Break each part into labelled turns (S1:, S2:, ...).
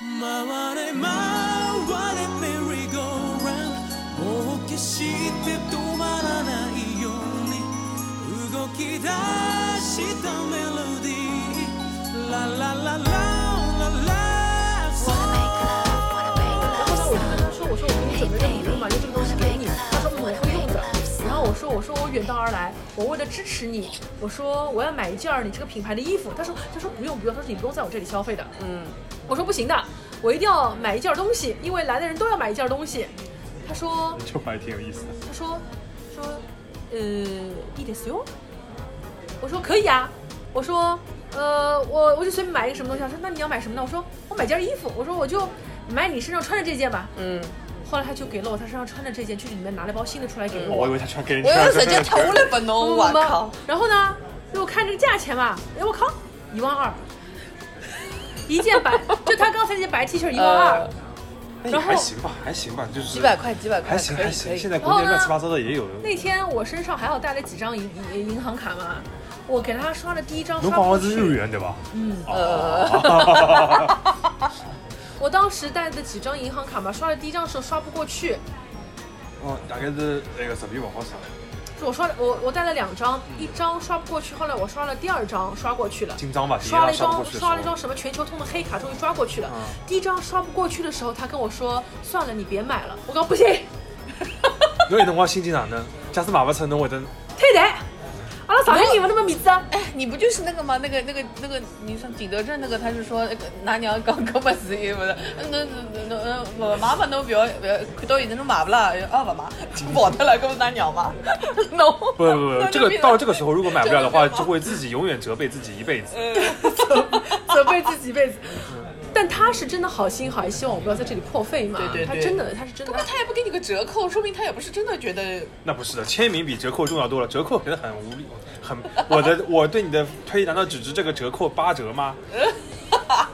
S1: 回れ回れメリーゴーランドもう決して止まらないように動き出したメロディーラララララララ
S2: 然后当我跟他说，我说我给你准备这么礼物嘛，就这个东西给你。他说嗯我会用的。然后我说我说我远道而来，我为了支持你，我说我要买一件儿你这个品牌的衣服。他说他说不用不用，他说你不用在我这里消费的。
S3: 嗯，
S2: 我说不行的，我一定要买一件儿东西，因为来的人都要买一件儿东西。他 说
S4: 这话也挺有意思的。
S2: 他说说呃いいですよ。我说可以啊，我说呃我我就随便买一个什么东西。啊他说那你要买什么呢？我说我买件衣服，我说我就买你身上穿的这件吧。
S3: 嗯，
S2: 后来他就给了我他身上穿的这件，去里面拿了一包新的出来给
S4: 哦我
S2: 我。嗯
S4: 以为他穿给人
S3: 我
S4: 穿
S3: 又
S4: 的。
S3: 直接偷了不弄，嗯我靠！！
S2: 然后呢，我看这个价钱嘛，哎我靠，一万二，一件白，就他刚才那件白 T 恤一万二
S3: 呃，
S4: 那也
S2: 然后
S4: 哎还行吧，还行吧，就是
S3: 几百，块，几百块，
S4: 还行
S3: 可以
S4: 还
S3: 可
S4: 行。
S3: 以
S4: 现在国内
S2: 然后呢
S4: 乱七八糟的也有。
S2: 那天我身上还好带了几张银银银行卡嘛，我给他刷了第一张
S4: 能
S2: 刷不嗯
S4: 换完是日
S2: 去，
S4: 元对吧？
S2: 呃
S4: 哦
S2: 我当时带的几张银行卡嘛，刷了第一张的时候刷不过去，
S4: 哦，大概是那个十比往好上，
S2: 就我刷了我我带了两张，一张刷不过去，后来我刷了第二张刷过去了。
S4: 紧张吧，第一
S2: 刷了一
S4: 上不
S2: 张
S4: 过去的时
S2: 刷
S4: 候
S2: 了一张什么全球通的黑卡，终于刷过去了。
S4: 嗯
S2: 第一张刷不过去的时候，他跟我说算了，你别买了。我讲不行，
S4: 侬有辰光心情哪能？假使买不成，侬会得
S2: 退的。阿拉上海人有那么 米子啊？
S3: 你不就是那个吗？那个、那个、那个，你像景德镇那个，他是说那个拿娘搞搿么子衣服的，那那那那买嘛，侬不要不要，看到现在侬买不啦？啊不买，就跑掉了，搿么拿娘嘛？侬
S4: 不不不，这个到这个时候如果买不了的话，就会自己永远责备自己一辈子。
S2: 责备自己一辈子。
S4: 嗯
S2: 但他是真的好心好意，希望我不要在这里破费嘛。
S3: 对对对
S2: 他真的，他是真的。
S3: 那他也不给你个折扣，说明他也不是真的觉得
S4: 那不是的，签名比折扣重要多了。折扣给的很无力，很我的我对你的推难道只值这个折扣八折吗？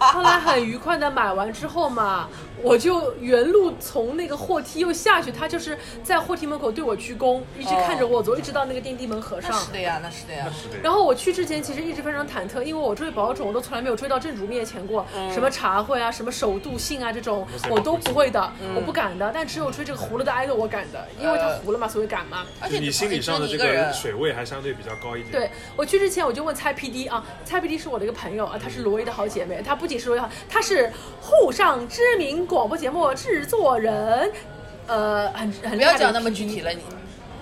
S2: 后来很愉快的买完之后嘛，我就原路从那个货梯又下去，他就是在货梯门口对我鞠躬，一直看着我走，一直到那个电梯门合上
S3: 那。是的呀，那是的呀。
S4: 是的。
S2: 然后我去之前其实一直非常忐忑，因为我追保种我都从来没有追到正主面前过，
S3: 嗯
S2: 什么茶会啊、什么首度信啊这种我都不会的，
S3: 嗯
S2: 我不敢的。但只有追这个糊了的 idol 我敢的，因为
S3: 呃
S2: 他糊了嘛，所以敢嘛。
S3: 而
S4: 就
S3: 且
S4: 你心理上的这
S3: 不仅只有你一
S4: 个
S3: 人
S4: 水位还相对比较高一点。
S2: 对我去之前我就问蔡 PD 啊，蔡 PD 是我的一个朋友啊，她是罗伊的好姐妹，她不仅是罗伊好，她是沪上知名广播节目制作人，呃，很很
S3: 不
S2: 厉害
S3: 要
S2: 的
S3: 讲那么具体了，你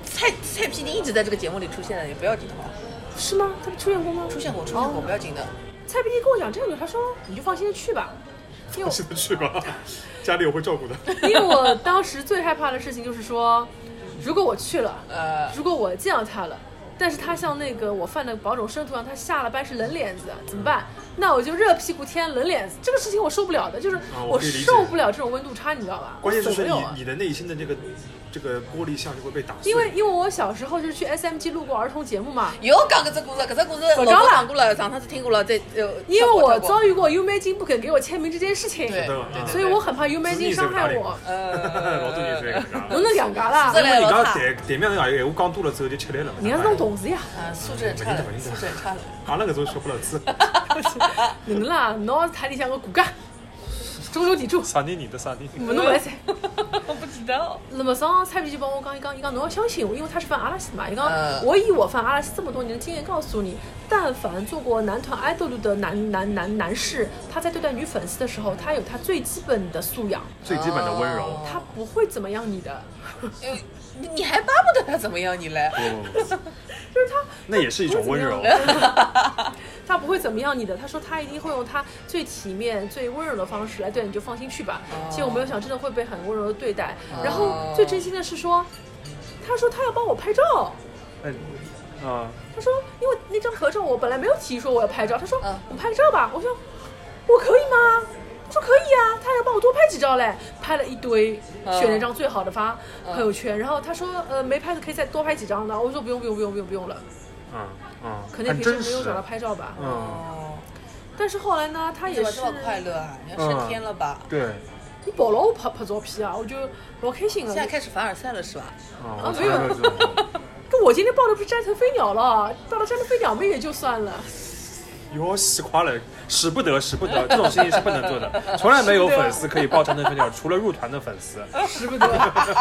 S3: 蔡蔡皮你一直在这个节目里出现了，也不要紧的嘛。
S2: 是吗？她出现过吗？
S3: 出现过，出现过，
S2: 哦
S3: 不要紧的。
S2: 蔡 PD 跟我讲这个，她说你就放心的去吧，因为我
S4: 是的，去吧，家里我会照顾的。
S2: 因为我当时最害怕的事情就是说，如果我去了，
S3: 呃，
S2: 如果我见到他了，但是他像那个我犯的保种生徒一样，他下了班是冷脸子，怎么办？那我就热屁股贴冷脸子，这个事情我受不了的，就是
S4: 啊我
S2: 我
S4: 可以理解
S2: 受不了这种温度差，你知道吧？
S4: 关键就是
S2: 所
S4: 你
S2: 有啊
S4: 你的内心的这个这个玻璃像就会被打碎。
S2: 因为因为我小时候就是去 SMG 录过儿童节目嘛，
S3: 又讲搿只故事，搿只故事
S2: 不讲
S3: 老早
S2: 了
S3: 讲过了，上趟子听过了，再呃，
S2: 因为
S3: 跳过
S2: 我
S3: 跳过
S2: 遭遇过 U 梅金不肯给我签名这件事情，
S3: 对
S4: 的嗯
S2: 所以我 很怕 U 梅金伤害我，
S3: 呃，
S4: 老多人是搿能
S2: 侬能讲噶啦
S3: 是？的
S4: 因为人家谈谈面上闲话讲多了之后就吃力了嘛。哎啊
S2: 人家是侬同事呀，
S3: 啊，素质很差的，素质很差的。
S4: 阿拉搿种学不 了字。
S2: 能啦，侬是台里向个骨干，中流砥柱，
S4: 啥人你的啥人？
S2: 侬勿来塞。
S3: 我不知道，
S2: 那么上蔡皮就帮我讲，伊讲伊讲侬要相信我，因为他是犯阿拉西嘛。伊讲
S3: 嗯
S2: 我以我犯阿拉西这么多年的经验告诉你，但凡做过男团 idol 的男男男男士，他在对待女粉丝的时候，他有他最基本的素养，
S4: 最基本的温柔。
S2: 他不会怎么样你的。
S3: 因为你你还巴不得他怎么样你嘞？
S4: 不就是他，那也是一种温柔。
S2: 他不会怎么样你的，他说他一定会用他最体面、最温柔的方式来对你，就放心去吧。结果没有想，真的会被很温柔的对待。然后最真心的是说，他说他要帮我拍照，
S4: 嗯，啊，
S2: 他说，因为那张合照我本来没有提议说我要拍照，他说、
S3: 嗯
S2: 我拍照吧，我说我可以吗？他说可以啊，他还要帮我多拍几张嘞，拍了一堆，
S3: 嗯
S2: 选了一张最好的发朋友圈，然后他说呃没拍的可以再多拍几张的，我说不用不用不用不用不用了，
S4: 嗯嗯，
S2: 可能
S4: 很
S2: 平时
S4: 真
S2: 没有
S4: 实
S2: 找。他拍照吧。
S4: 嗯，
S3: 哦，
S2: 但是后来呢，他也
S3: 怎么
S2: 是
S3: 这么快乐啊？你要升天了吧？
S4: 对。嗯
S2: 你抱牢我拍拍照片啊，我就老开心了
S3: 现。在开始凡尔赛了是吧？
S4: 啊，
S2: 啊
S4: 我
S2: 没
S4: 从来
S2: 有
S4: 没有这种。
S2: 就我今天抱的不是战腾飞鸟了，抱了战腾飞鸟们也就算了，
S4: 哟西夸了，使不得使不得，这种事情是不能做的。从来没有粉丝可以抱团的分享，除了入团的粉丝。
S2: 使不得，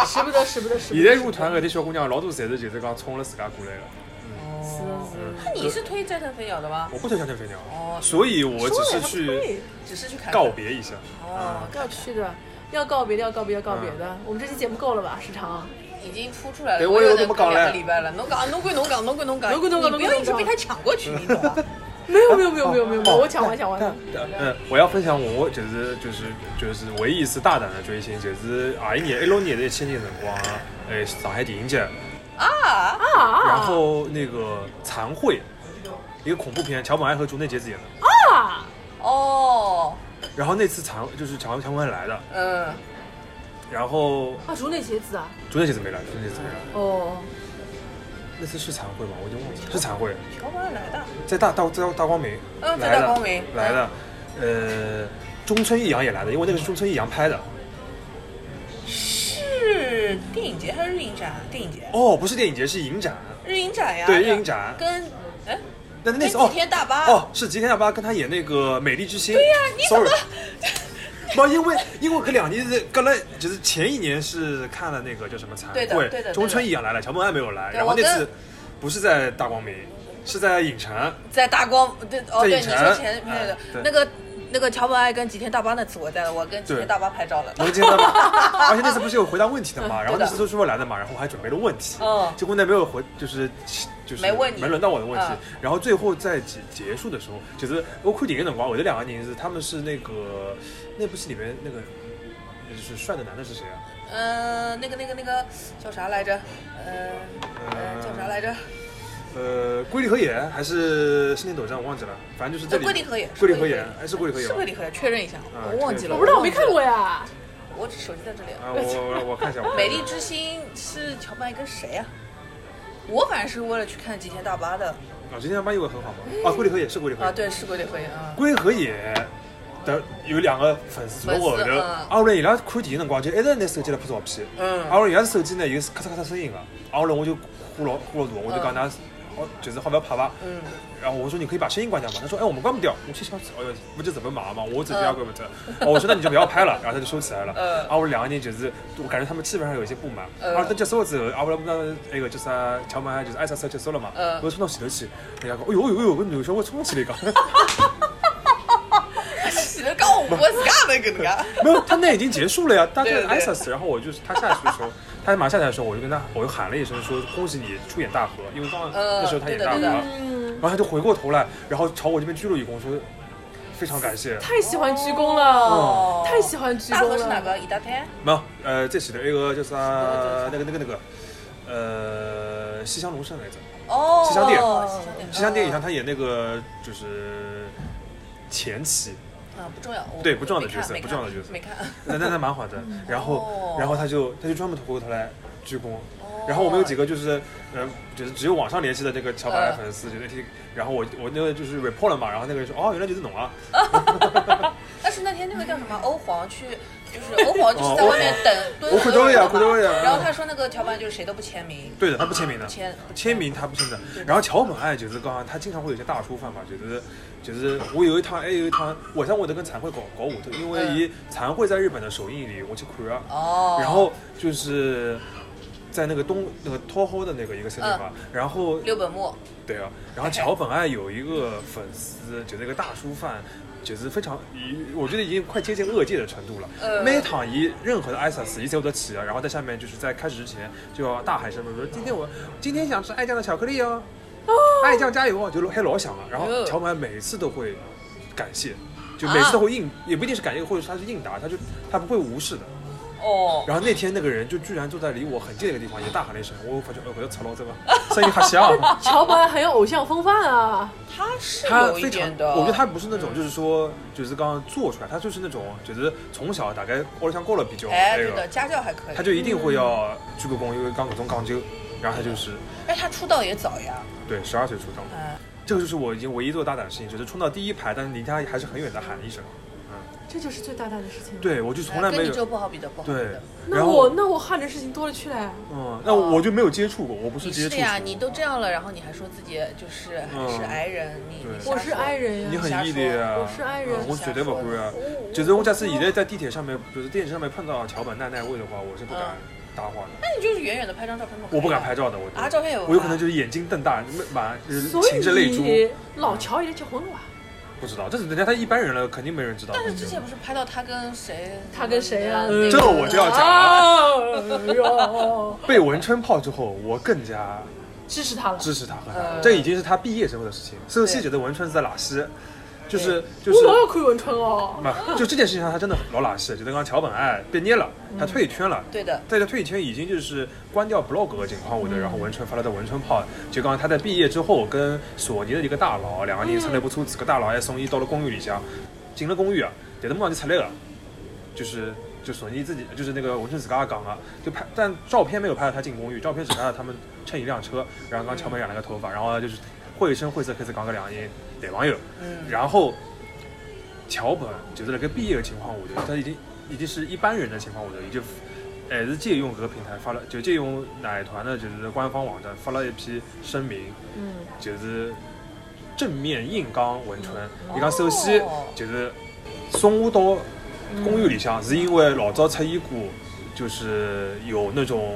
S2: 使不得，使不得，使不
S4: 现
S2: 得。
S4: 在入团搿啲小姑娘老多侪是就是讲冲了自家过来的。
S3: 那你是推斋藤飞鸟的吗？
S4: 我不推小天飞鸟，
S3: 哦，
S4: 所以我只是
S2: 说了也不
S4: 去
S2: 对
S3: 只是去看看
S4: 告。别一下。
S3: 哦，
S2: 要去的，要告别的，要告别，要告别的。我们这期节目够了吧？时长。
S3: 已经扑出来
S4: 哎
S3: 了，
S4: 我有
S3: 又
S4: 这
S3: 能
S4: 么
S3: 搞
S4: 搞嘞
S3: 两个啊礼拜了。侬讲，侬归侬讲，侬归侬讲，
S2: 侬归侬讲侬
S3: 你不
S2: 归
S3: 要
S2: 侬
S3: 一直被
S2: 讲
S3: 他抢过 去，你懂吗？
S2: 没有没有没有没有 没有没有，我讲完讲完了。
S4: 嗯，我要分享我就是就是就是唯一一次大胆的追星，就是啊一年一六年的签订辰光，哎上海电影节，
S3: 啊，
S2: 啊啊！
S4: 然后那个残会，一个恐怖片，桥本爱和竹内结子演的。
S2: 啊，
S3: 哦，
S4: 然后那次残就是桥桥本爱来的，
S3: 嗯，
S4: 然后
S2: 啊，竹内结子啊。
S4: 竹内结子没来，竹内结子没来。
S2: 哦，
S4: 那次是残会吗？我已经忘记了，是残会，
S3: 乔帮来的，
S4: 在大大大大光明，
S3: 嗯在
S4: 来的
S3: 大光明
S4: 来的，呃，中村一阳也来的，因为那个是中村一阳拍的。
S3: 是电影节还是日影展？电影节，
S4: 哦，不是电影节，是影展。
S3: 日影展呀，
S4: 对日影展
S3: 跟哎，
S4: 那那
S3: 跟
S4: 次哦
S3: 吉，田大巴，
S4: 哦，是吉田大巴跟他演那个《美丽之星》。对
S3: 呀你怎么
S4: 不，因为因为搿两年是，搿来就是前一年是看了那个叫什么残
S3: 对的
S4: 会
S3: 对的对，的
S4: 中村一阳来了，乔本爱没有来，
S3: 对
S4: 然后那
S3: 我跟
S4: 次不是在大光明，是在影城。
S3: 在大光对哦
S4: 在
S3: 对，
S4: 影
S3: 你
S4: 城
S3: 说前那
S4: 哎
S3: 个
S4: 对
S3: 那个那个乔本爱跟吉田大巴那次我在了，我跟吉
S4: 对
S3: 田大巴拍照了。
S4: 我跟吉田大 巴，而且那次不是有回答问题的嘛，
S3: 嗯
S4: 然后
S3: 对的
S4: 那次都是我来的嘛，然后我还准备了问题，
S3: 嗯
S4: 结果呢没有回，就是就是
S3: 没问你
S4: 轮到我的问题
S3: 嗯，
S4: 然后最后在结结束的时候，就是我看电影的辰光，我的两个人是他们是那个那部戏里面那个呃就是帅的男的是谁啊？
S3: 嗯、那个那个那个叫啥来着？呃，呃叫啥来着？
S4: 呃，龟梨和也还是新田斗战，我忘记了，反正就是这里。
S3: 呃龟梨和也
S4: 龟梨和也
S3: 是龟梨和
S4: 还是龟梨和也
S3: 也是
S4: 吧
S3: 不是李克？确认一下，
S4: 啊
S3: 我忘记了，
S2: 我不知道，我没看过
S3: 呀。
S2: 呀。
S3: 我手机在这里。
S4: 啊，我我我看一下。我看一下
S3: 美丽之星是乔麦跟谁呀、我反正是为了去看吉田大巴的
S4: 啊，今天班也会很好吗？啊，龟梨和也是龟梨和也
S3: 啊，。对，是鬼得会啊。
S4: 龟和也的有两个粉丝从我后头
S3: 粉丝嗯，
S4: 阿伦伊拉看电影辰光就一直拿手机来拍照片，
S3: 嗯
S4: 阿伦伊拉手机呢有咔嚓咔嚓声音个，阿伦我就呼老呼老大，我就讲
S3: 嗯
S4: 㑚好哦就是好不要拍伐？
S3: 嗯，
S4: 然后我说你可以把声音关掉嘛，他说哎我们关不掉，我心想哎呦不知怎么麻嘛，我自己也关不掉，哦我说那你就不要拍了，然后他就收起来了。
S3: 嗯
S4: 然后我两个人就是我感觉他们气氛上有一些不满，
S3: 嗯
S4: 然后他结束了之后，阿我们那那个叫啥乔曼就是艾萨斯结束了嘛
S3: 嗯，
S4: 我就冲到前头去，人家讲哎呦哎呦哎呦，个男小伙冲起来讲。
S3: 是 的，刚我自家那个那个。
S4: 没有，他那已经结束了 呀，他在
S3: 对对
S4: ISIS，然后我就是他下去的 时候，他马上下来的时候，我就跟他，我就喊了一声说恭喜你出演大河，因为刚刚
S3: 呃
S4: 那时候他演大河，
S3: 对的对的
S2: 嗯，
S4: 然后他就回过头来，然后朝我这边鞠了一躬，说非常感 谢。
S2: 太喜欢鞠躬了，
S3: 哦
S2: 太喜欢鞠
S3: 大
S2: 躬
S3: 河
S2: 了。
S3: 是哪个？？伊达天？
S4: 没有，呃，这起的那个叫啥？那个那个那个，呃，西乡隆盛来着，
S3: 哦，
S4: 西乡电
S3: 西乡店，
S4: 西乡电影上他演那个就是前妻。
S3: 啊，不重要。我
S4: 对不重要的
S3: 没看
S4: 角色
S3: 没看
S4: 不重要的角色
S3: 没看。
S4: 那那那蛮好的。然
S3: 哦
S4: 后然后他就他就专门回过头来鞠躬
S3: 哦。
S4: 然后我们有几个就是，呃，就是只有网上联系的那个小白
S3: 嗯
S4: 粉丝，就那天，然后我我那个就是 report 了嘛，然后那个人说，哦，原来就是侬啊，
S3: 但是那天那个叫什么欧皇去，就是欧皇就是在
S4: 嗯哦
S3: 外面等蹲
S4: 我回头呀
S3: 了
S4: 回头呀
S3: 然后他说那个乔班就是谁都不签名，
S4: 对的，他不签名的，
S3: 哦签
S4: 签名他不签的。然后桥本爱就是刚刚他经常会有一些大叔饭嘛，就是就是我有一趟哎有一趟晚上我得跟残会搞搞舞的，因为
S3: 嗯
S4: 伊残会在日本的首映礼我去看啊，
S3: 哦，
S4: 然后就是在那个东那个脱欧的那个一个森林
S3: 嗯
S4: 嘛，然后
S3: 六本木，
S4: 对啊，然后桥本爱有一个粉丝，就是一个大叔饭，就是非常，已我觉得已经快接近恶界的程度了。
S3: 呃
S4: 每场一任何的艾萨斯一切都起啊，然后在下面就是在开始之前就要大喊声说：“今天我今天想吃爱酱的巧克力哦，爱酱加油哦！”就还老响了。然后
S3: 哟啊
S4: 桥本爱每次都会感谢，就每次都会应，也不一定是感谢，或者是他是应答，他就他不会无视的。
S3: 哦，
S4: 然后那天那个人就居然坐在离我很近的一个地方，也大喊了一声，我发觉哎，我要吵了这个声音还响。
S2: 乔本爱很有偶像风范啊，
S3: 他是
S4: 他
S3: 有
S4: 非
S3: 一
S4: 常
S3: 点，的，
S4: 我
S3: 嗯
S4: 觉得他不是那种，就是说，就是刚刚做出来，他就是那种，就是从小大概屋里向过了比较那
S3: 哎，对的，嗯
S4: 个，
S3: 家教还可以。
S4: 他就一定会要鞠个躬，因为刚搿种讲究，然后他就是
S3: 哎，他出道也早呀，
S4: 对十二岁出道，
S3: 嗯，
S4: 这个就是我已经唯一做大胆的事情，就是冲到第一排，但是离他还是很远的喊了一声，
S2: 这就是最大胆的事情。，
S4: 对我就从来没
S3: 哎跟你
S4: 有
S3: 这不好比的，不好比
S4: 对
S3: 的。，
S2: 那
S4: 然
S2: 我
S4: 后
S2: 那我汗的事情多了去了。
S4: 嗯，那我就没有接触过，我不
S3: 你
S4: 接
S3: 是
S4: 触
S3: 的
S4: 者，
S3: 呀，你都这样了，然后你还说自己就是还是
S4: 嗯
S3: I 人，你
S4: 对
S3: 你瞎
S2: 我是
S3: 说
S2: I 人呀
S4: 你很
S3: 瞎
S4: 异
S3: 说
S4: 类啊，
S2: 我是 I 人
S4: 嗯我绝对不会啊
S3: 瞎说。
S4: 就是我假使现在在地铁上面，就是电视上面碰到桥本奈奈未的话，我是不敢
S3: 嗯
S4: 搭话的，
S3: 那你就是远远的拍张照片嘛。
S4: 我不敢拍。照的，我
S3: 啊照片有
S4: 我有可
S3: 吧
S4: 能就是眼睛瞪大，满就是
S2: 所
S4: 噙着泪珠，
S2: 以老乔也结婚了吧？
S4: 不知道，这是人家他一般人了，肯定没人知道。
S3: 但是之前不是拍到他跟谁？
S2: 他跟谁啊
S3: 那个
S4: 这我就要讲
S2: 哎呦，
S4: 被文春泡之后，我更加
S2: 支持他了。
S4: 支持他和他，
S3: 呃
S4: 这已经是他毕业之后的事情。所以细节的文春是在哪西，就是就
S2: 我
S4: 是
S2: 老要看文春哦。
S4: 嘛，就这件事情上他真的老哪西，就跟刚刚桥本爱被捏了，他退圈了。
S3: 对的，
S4: 在他退圈已经就是关掉 blog 的情况下的，然后文春发了的文春炮，就刚刚他在毕业之后跟索尼的一个大佬，两个人出来不出，这个大佬还送伊到了公寓里向，进了公寓啊，但是马上就出来了，就是就索尼自己就是那个文春自家讲啊，就拍但照片没有拍到他进公寓，照片只拍到他们乘一辆车，然后刚敲门染了个头发，然后就是绘声绘色开始讲个两个人谈朋友，
S3: 嗯，
S4: 然后桥本就是那个毕业的情况，我觉得他已经已经是一般人的情况，我觉得已经还是借用各个平台发了，就借用奶团的就是官方网站发了一批声明，
S2: 嗯，
S4: 就是正面硬刚文春，
S3: 嗯
S4: 伊讲首先
S3: 哦
S4: 就是送我到公寓里向，是因为老早出现过，就是有那种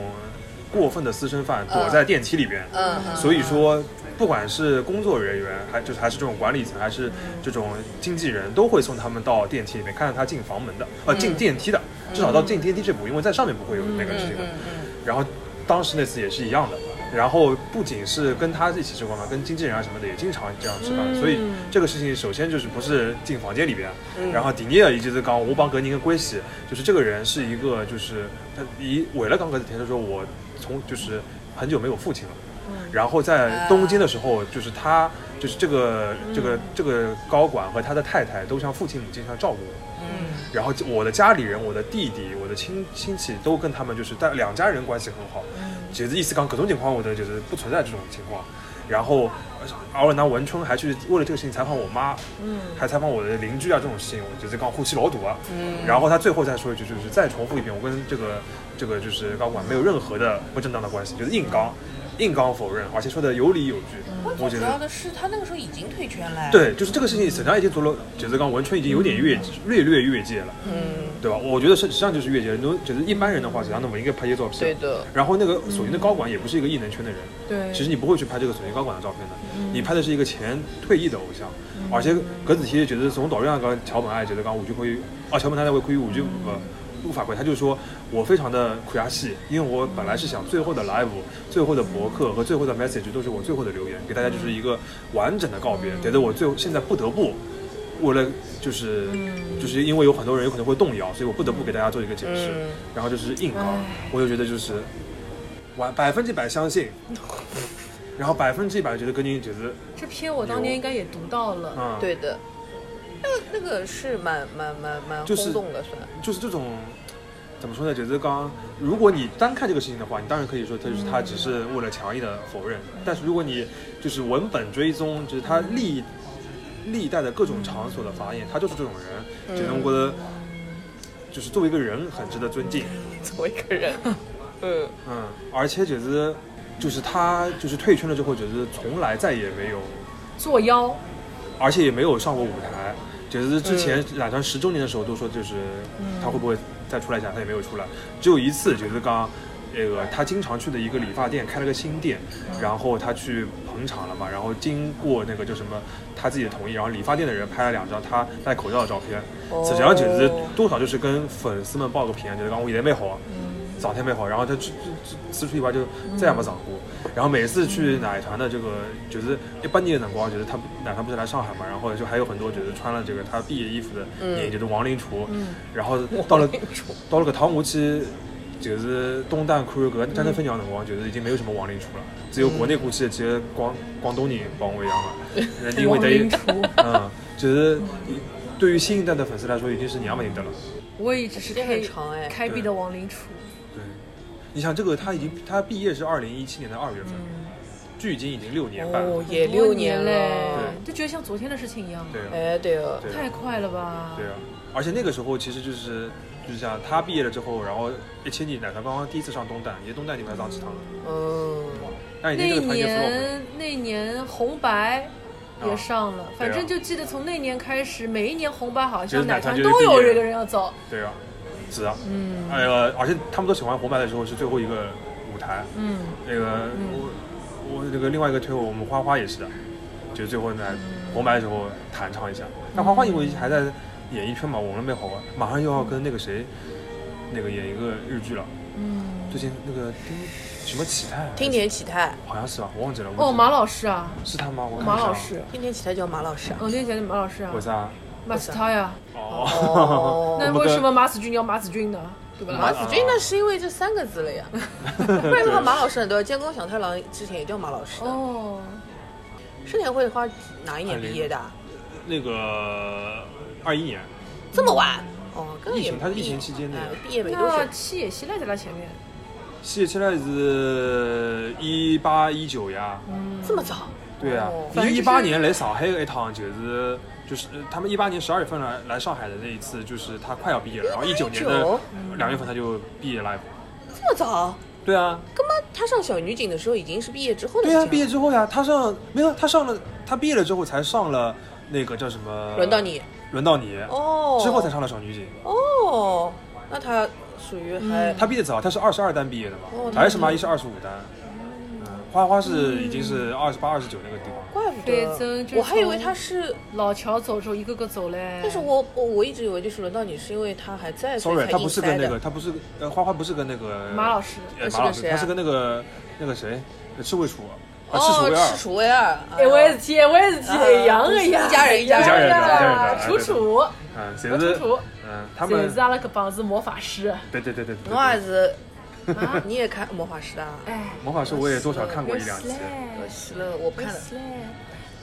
S4: 过分的私生饭躲在电梯里边，
S3: 嗯嗯
S4: 所以说，不管是工作人员，还就是还是这种管理层，还是这种经纪人，都会送他们到电梯里面，看着他进房门的，呃，
S3: 嗯
S4: 进电梯的，至少到进电梯这步，因为在上面不会有那个
S3: 嗯
S4: 事情的。
S3: 嗯嗯
S4: 然后当时那次也是一样的，然后不仅是跟他一起吃过饭，跟经纪人啊什么的也经常这样吃饭，
S2: 嗯
S4: 所以这个事情首先就是不是进房间里边，啊
S3: 嗯
S4: 然后第二，伊就是讲我帮搿人个关系，就是这个人是一个就是他伊为了讲搿事体，他说我从就是很久没有父亲了。然后在东京的时候，就是他，就是这个这个这个高管和他的太太都像父亲母亲一样照顾我，
S3: 嗯
S4: 然后我的家里人、我的弟弟、我的亲亲戚都跟他们就是但两家人关系很好，其实意思讲各种情况我的就是不存在这种情况。然后，而且呢，文春还去为了这个事情采访我妈，嗯，还采访我的邻居啊这种事情，我就是刚呼吸老堵啊。
S3: 嗯
S4: 然后他最后再说一句，就是再重复一遍，我跟这个这个就是高管没有任何的不正当的关系，就是硬刚，硬刚否认，而且说的有理有据。我觉
S3: 最主
S4: 得
S3: 要的是他那个时候已经退圈了。，
S4: 对，就是这个事情，沈阳已经做了，就是刚文春已经有点越略略越界了，
S3: 嗯，
S4: 对吧？我觉得是实际上就是越界了。侬就是一般人的话，实际上那么应该拍一些照片。
S3: 对。的，
S4: 然后那个索尼的高管也不是一个艺能圈的人，
S2: 对，
S4: 其实你不会去拍这个索尼高管的照片的，你拍的是一个前退役的偶像，而且搿事体就是从导演讲桥本爱就是讲我就会，啊桥本太太会可以我就呃无法归，他就说我非常的亏啊戏，因为我本来是想最后的 live、最后的博客和最后的 message 都是我最后的留言，给大家就是一个完整的告别，觉得我最后现在不得不。为了就是就是因为有很多人有可能会动摇，所以我不得不给大家做一个解释。
S3: 嗯
S4: 然后就是硬刚
S2: 唉，
S4: 我就觉得就是完百分之百相信，然后百分之一百觉得跟你觉得，
S2: 这篇我当年应该也读到了。
S4: 嗯，，
S3: 对的。那个那个是蛮蛮蛮蛮
S4: 就是
S3: 轰动的，算。
S4: 就是这种怎么说呢？觉得刚如果你单看这个事情的话，你当然可以说他就是他只是为了强硬的否认，但是如果你就是文本追踪，就是他历历代的各种场所的发言，他就是这种人，觉得我觉得就是作为一个人很值得尊敬，
S3: 作为一个人，嗯，
S4: 嗯，而且就是就是他就是退圈了之后，就是从来再也没有。
S2: 作妖，
S4: 而且也没有上过舞台。就是之前染团十周年的时候都说，就是他会不会再出来一下，他也没有出来。只有一次，就是刚那个他经常去的一个理发店开了个新店，然后他去捧场了嘛，然后经过那个叫什么他自己的同意，然后理发店的人拍了两张他戴口罩的照片。
S3: 哦
S4: 此张就是多少就是跟粉丝们报个平安，就是刚我现在蛮好啊，上天蛮好。然后他去此出意外就再也没上过。然后每次去奶团的这个，就是一八年的辰光，就是他奶团不是来上海嘛，然后就还有很多就是穿了这个他毕业衣服的人，就是亡灵厨，然后到了到了搿趟我去。就是东旦看搿个战争分享的辰光，就是已经没有什么亡灵厨了，只有国内过去的几个广广东人帮我一样了，因为
S2: 亡
S4: 等于
S2: 灵厨，
S4: 嗯，就是对于新一代的粉丝来说，已经是娘不赢得了。
S2: 我也只是
S3: 间
S2: 开
S3: 很长哎
S2: 开闭的亡灵厨。
S4: 对，你想这个他已经他
S2: 嗯哦
S4: 毕业是二零一七年的二月份，距今已经六年半了。
S3: 也
S2: 多
S3: 六
S2: 年
S3: 年
S2: 嘞
S3: 了，
S2: 就觉得像昨天的事情一样，
S4: 对啊，
S3: 哎，对哦，
S4: 对
S2: 太
S4: 啊，
S2: 快了吧？
S4: 对啊，而且那个时候其实就是就是这样，他毕业了之后，然后一七年奶团刚刚第一次上东大，也东大你们还上其他了，
S3: 嗯，
S4: 但已
S2: 那
S4: 经这个团结 f l
S2: 年那年红白也上了，反正
S4: 对
S2: 就记得从那年开始，每一年红白好
S4: 就是
S2: 像奶
S4: 奶
S2: 团
S4: 团
S2: 都
S4: 就是
S2: 有
S4: 毕业
S2: 一个人要走。
S4: 对啊，是啊，
S2: 嗯
S4: 哎呀，而且他们都喜欢红白的时候是最后一个舞台，
S2: 嗯，
S4: 那个我我那个另外一个推我，我们花花也是的，就是最后在红白的时候弹唱一下。
S2: 嗯
S4: 但花花因为还在演艺圈嘛，我们没好玩，马上又要跟那个谁，那个演一个日剧了。嗯，最近那个丁什么启泰，啊
S3: 听点启泰，
S4: 好像是吧，我忘记了。
S2: 哦，马老师啊，
S4: 是他吗？我看
S2: 马
S4: 一下啊
S2: 老，师，
S3: 听点启泰叫马老师啊。
S2: 我那前的马老师啊
S4: 我，啥？
S2: 马斯他呀，
S4: 哦，
S2: 那
S4: 我们
S2: 为
S4: 跟
S2: 什么马子君要马子君呢？对不
S3: 嗯马
S2: 啦？
S3: 子君那是因为这三个字 了呀，不然的话马老师很多，监工小太郎之前也叫马老师。
S2: 哦，
S3: 盛田绘花哪一年毕业的啊？
S4: 那个二一年，
S3: 这么晚？哦，根
S4: 嗯
S3: 本
S4: 疫
S3: 也
S4: 情他是
S3: 毕
S4: 疫情期间的呀啊
S3: 哎毕业没多
S2: 那
S3: 久。
S2: 七野希赖在他前面，
S4: 谢现在是一八一九呀。
S2: 嗯
S3: 这么早？
S4: 对啊
S3: 哦，
S2: 反正
S4: 一
S2: 就
S4: 一八
S2: 是
S4: 年来上海有一趟，就是就是呃他们一八年十二月份来来上海的那一次，就是他快要毕业了，然后一九年的
S3: 19
S4: 两月份他就毕业了。
S3: 这么早？
S4: 对啊，
S3: 那么他上小女警的时候已经是毕业之后的
S4: 对
S3: 事情
S4: 啊，
S3: 了。
S4: 毕业之后呀，他上没有他上了，他毕业了之后才上了那个叫什么？
S3: 轮到，你
S4: 轮到你，
S3: 哦。
S4: 之后才上了小女警。
S3: 哦，那他属于还
S4: 他毕业早，他是二十二单毕业的嘛
S3: 哦，
S4: 还是麻衣是二十五单，嗯，花花是已经是二十八、二十九那个地方。
S3: 怪不
S2: 对真
S3: 得，
S2: 就是
S3: 我还以为他是，
S2: 老乔走之后一个个走嘞。
S3: 但是我我我一直以为就是轮到你是因为他还在，所以
S4: Sorry，
S3: 才
S4: 他不是
S3: 硬塞
S4: 跟那个，
S3: 的
S4: 他不是呃，花花不是跟那个
S2: 马老师，
S4: 呃，
S3: 是
S4: 马老
S3: 跟
S4: 师，
S3: 谁啊
S4: 他是跟那个那个谁，呃赤卫楚，啊，赤楚
S3: 哦
S4: 卫，二
S3: 赤，楚卫二，
S2: 哎，我也是天，我也是天，哎呀哎呀，
S3: 一家人一家人
S2: 哎呀
S4: 一家人一家人
S2: 楚楚，
S4: 嗯，
S2: 我
S4: 谁
S2: 楚
S4: 是，
S2: 楚，
S4: 嗯，他
S2: 这
S4: 们
S2: 是，阿拉个帮子魔法 师，
S4: 对对对对对
S3: 侬也
S4: 对，
S3: 是， 你也看魔法师的啊？
S2: 哎，
S4: 魔法师我也多少看过一两集，
S3: 可惜了，我
S2: 可
S3: 看了，
S2: 惜嘞。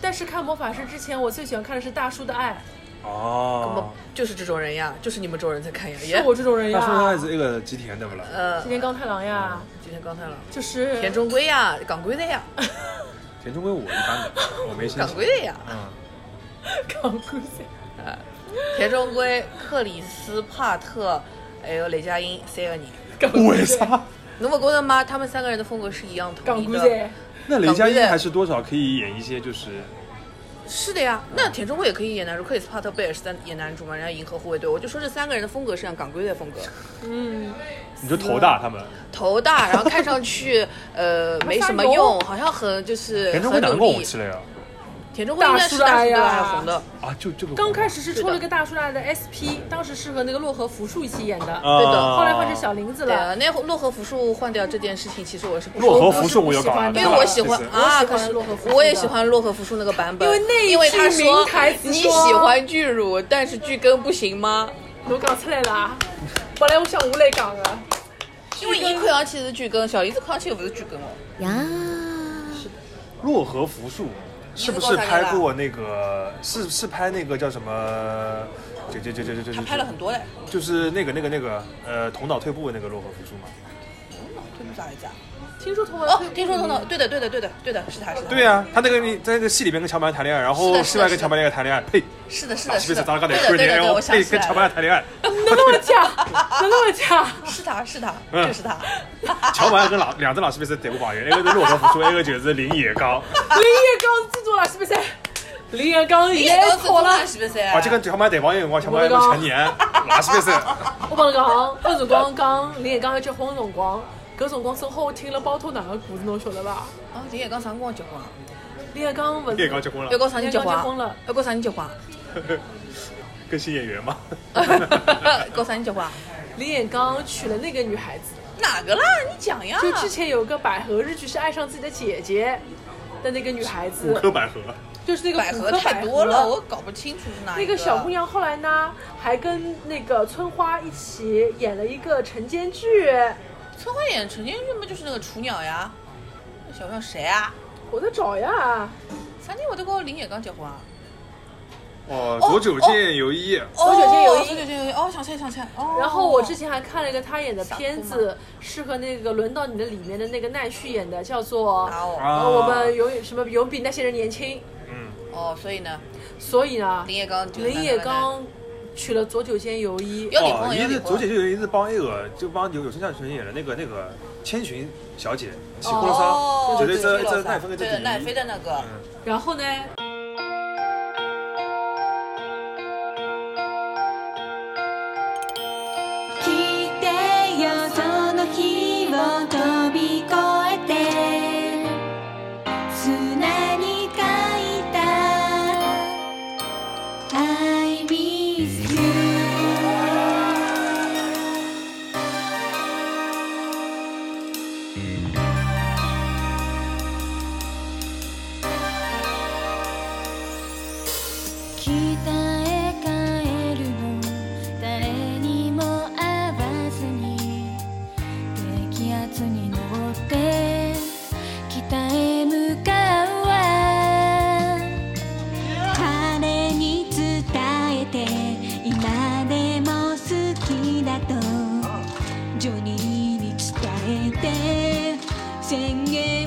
S2: 但是看魔法师之前，我最喜欢看的是大叔的爱，
S3: 根
S4: 哦
S3: 本，就是这种人呀，就是你们这种人才看呀，
S2: 是
S3: 也
S2: 我这种人
S4: 那说那
S2: 呀
S4: 也。是一个吉田对不啦？
S3: 呃
S2: 今，天刚太郎呀，
S3: 今天刚看了。
S2: 就是
S3: 田中圭呀，港规的呀，
S2: 嗯
S4: 田中圭我一般 的，我没兴
S3: 港
S4: 趣
S3: 规，的呀，
S4: 嗯，
S2: 港姑姐，
S3: 田中圭、克里斯帕特，还有雷佳音三个人。
S2: 港姑
S4: 为
S2: 姐，
S4: 啥？
S3: 侬不觉得吗？他们三个人的风格是一样统
S2: 港
S3: 一
S2: 姑
S3: 的。
S2: 姐，
S4: 那雷佳
S3: 港
S4: 音
S3: 规的
S4: 还是多少可以演一些就是，
S3: 是的呀，那田中圭也可以演男主，克里斯帕特不也是在演男主吗？人家银河护卫队，我就说这三个人的风格是像港规的风格，
S2: 嗯，
S4: 你说头大他们，
S3: 头大，然后看上去呃没什么
S2: 加油
S3: 用，好像很就是
S4: 田中圭
S3: 很
S4: 哪能跟
S3: 努
S4: 我
S3: 力。
S4: 吃了呀？
S3: 田中圭应该是大叔的爱红的，
S4: 啊，就这个
S2: 刚开始是
S3: 是的
S2: 抽了一个大叔的爱的 SP，当时是和那个洛河福树一起演的，
S4: 啊，
S3: 对的
S2: 后来换成小林子
S3: 对
S2: 了
S3: 啊，。那洛河福树换掉这件事情，其实我是不
S4: 洛
S3: 说
S4: 河
S3: 的。
S4: 福树我有搞啊，
S2: 因为
S3: 因为
S4: 对吧
S3: 我喜欢
S4: 就是
S3: 啊，
S2: 我喜欢
S3: 可是
S2: 洛河福树
S3: 我也喜欢洛河福树那个版本，
S2: 因为那一
S3: 因为他
S2: 句
S3: 说
S2: 名台词
S3: 你
S2: 说
S3: 喜欢巨乳，但是巨根不行吗？
S2: 侬讲出来了啊！本来我想我来讲的，
S3: 因为伊看上去是巨根，小林子看上去又不是巨根哦。
S4: 洛河福树是不是拍过那个？是是拍那个叫什么？就就就就就就
S3: 他拍了很多嘞，
S4: 就是那个那个那个呃，头脑退步的那个洛河福树嘛。
S3: 对不咋一家。
S2: 听说同
S3: 哦，听说等等，对的，对的，对的，对的，是他，是他，
S4: 对啊，他那个你在那个戏里面跟乔白谈恋爱，然
S3: 是
S4: 后
S3: 的
S4: 戏外
S3: 是的
S4: 跟乔白恋爱谈恋爱，呸，
S3: 是的，是
S4: 打
S3: 的，
S4: 西贝
S3: 是的，
S4: 斯达拉
S3: 对的，
S4: 嘎得亏
S3: 对的，
S4: 你，
S3: 对的，
S4: 我
S3: 我想
S4: 呸，
S3: 起
S4: 哎跟
S3: 来
S4: 乔白
S3: 了，
S4: 谈恋爱，
S2: 能跟我 讲，能跟我讲，
S3: 是他，是他，
S4: 嗯
S3: 就是他，
S4: 乔白跟老两只老西贝斯谈过榜眼，一个是洛河福树，一个就是林野刚。
S2: 林彦刚是制作了是不是？林彦刚
S3: 你
S2: 也
S3: 也都
S2: 错
S3: 错
S2: 了，
S3: 了，是不是？
S4: 啊，就跟乔白谈榜眼辰光，乔白还没成年，老西贝斯。
S2: 我帮侬讲，搿辰光讲林彦刚要结婚的辰光，搿辰光正好我听了包头哪个故事，侬晓得伐？
S3: 啊，林野刚啥辰光结婚啊？
S4: 嗯
S2: 林彦刚勿
S4: 林野
S2: 是
S4: 刚结婚
S3: 要
S4: 了，
S3: 搞啥人结婚
S2: 林野刚结婚
S3: 啊
S2: 了？
S3: 要搞啥人结婚啊？
S4: 跟新演员嘛。
S3: 搞啥人结婚啊？
S2: 林彦刚娶了那个女孩子，
S3: 哪个啦？你讲呀。
S2: 就之前有个百合日剧是爱上自己的姐姐的那个女孩
S4: 五
S2: 子，
S4: 颗百合，
S2: 就是那个
S3: 百
S2: 骨
S3: 合
S2: 科
S3: 太
S2: 百
S3: 多了，
S2: 合
S3: 我搞不清楚是哪一
S2: 那
S3: 个
S2: 个小姑娘后来呢，还跟那个村花一起演了一个晨间剧，
S3: 村花演陈建俊不就是那个雏鸟呀？那小姑娘谁啊？
S2: 我在找呀。
S3: 啥人会得跟林野刚结婚啊？
S4: 哦，佐久间由一。
S2: 左九间有一
S3: 左九间有一哦，想起来想起来哦。
S2: 哦然后我之前还看了一个她演的片子，是和那个《轮到你的》里面的那个奈绪演的，叫做
S3: 啊
S2: 呃我们永远什么永比那些人年轻。
S4: 嗯，
S3: 哦哦，所以呢，
S2: 所以呢，
S3: 林业刚就
S2: 林野刚娶了佐久间由一，
S3: 要离
S4: 哦，
S3: 婚，
S4: 一
S3: 要离
S4: 是
S3: 婚。
S4: 左姐就有一次帮那个，就帮有有村架纯演的那个那个千寻小姐，喜欢
S3: 哦
S4: 上，，就
S3: 对
S4: 是这这
S3: 对
S4: 奈飞的这
S3: 对奈飞的那个，
S2: 然后呢，
S5: 「来てよその日を飛び越えて」「砂に書いた I miss you」北へ帰るの誰にも会わずに低気圧に乗って北へ向かうわ彼に伝えて今でも好きだとジョニーに伝えて宣言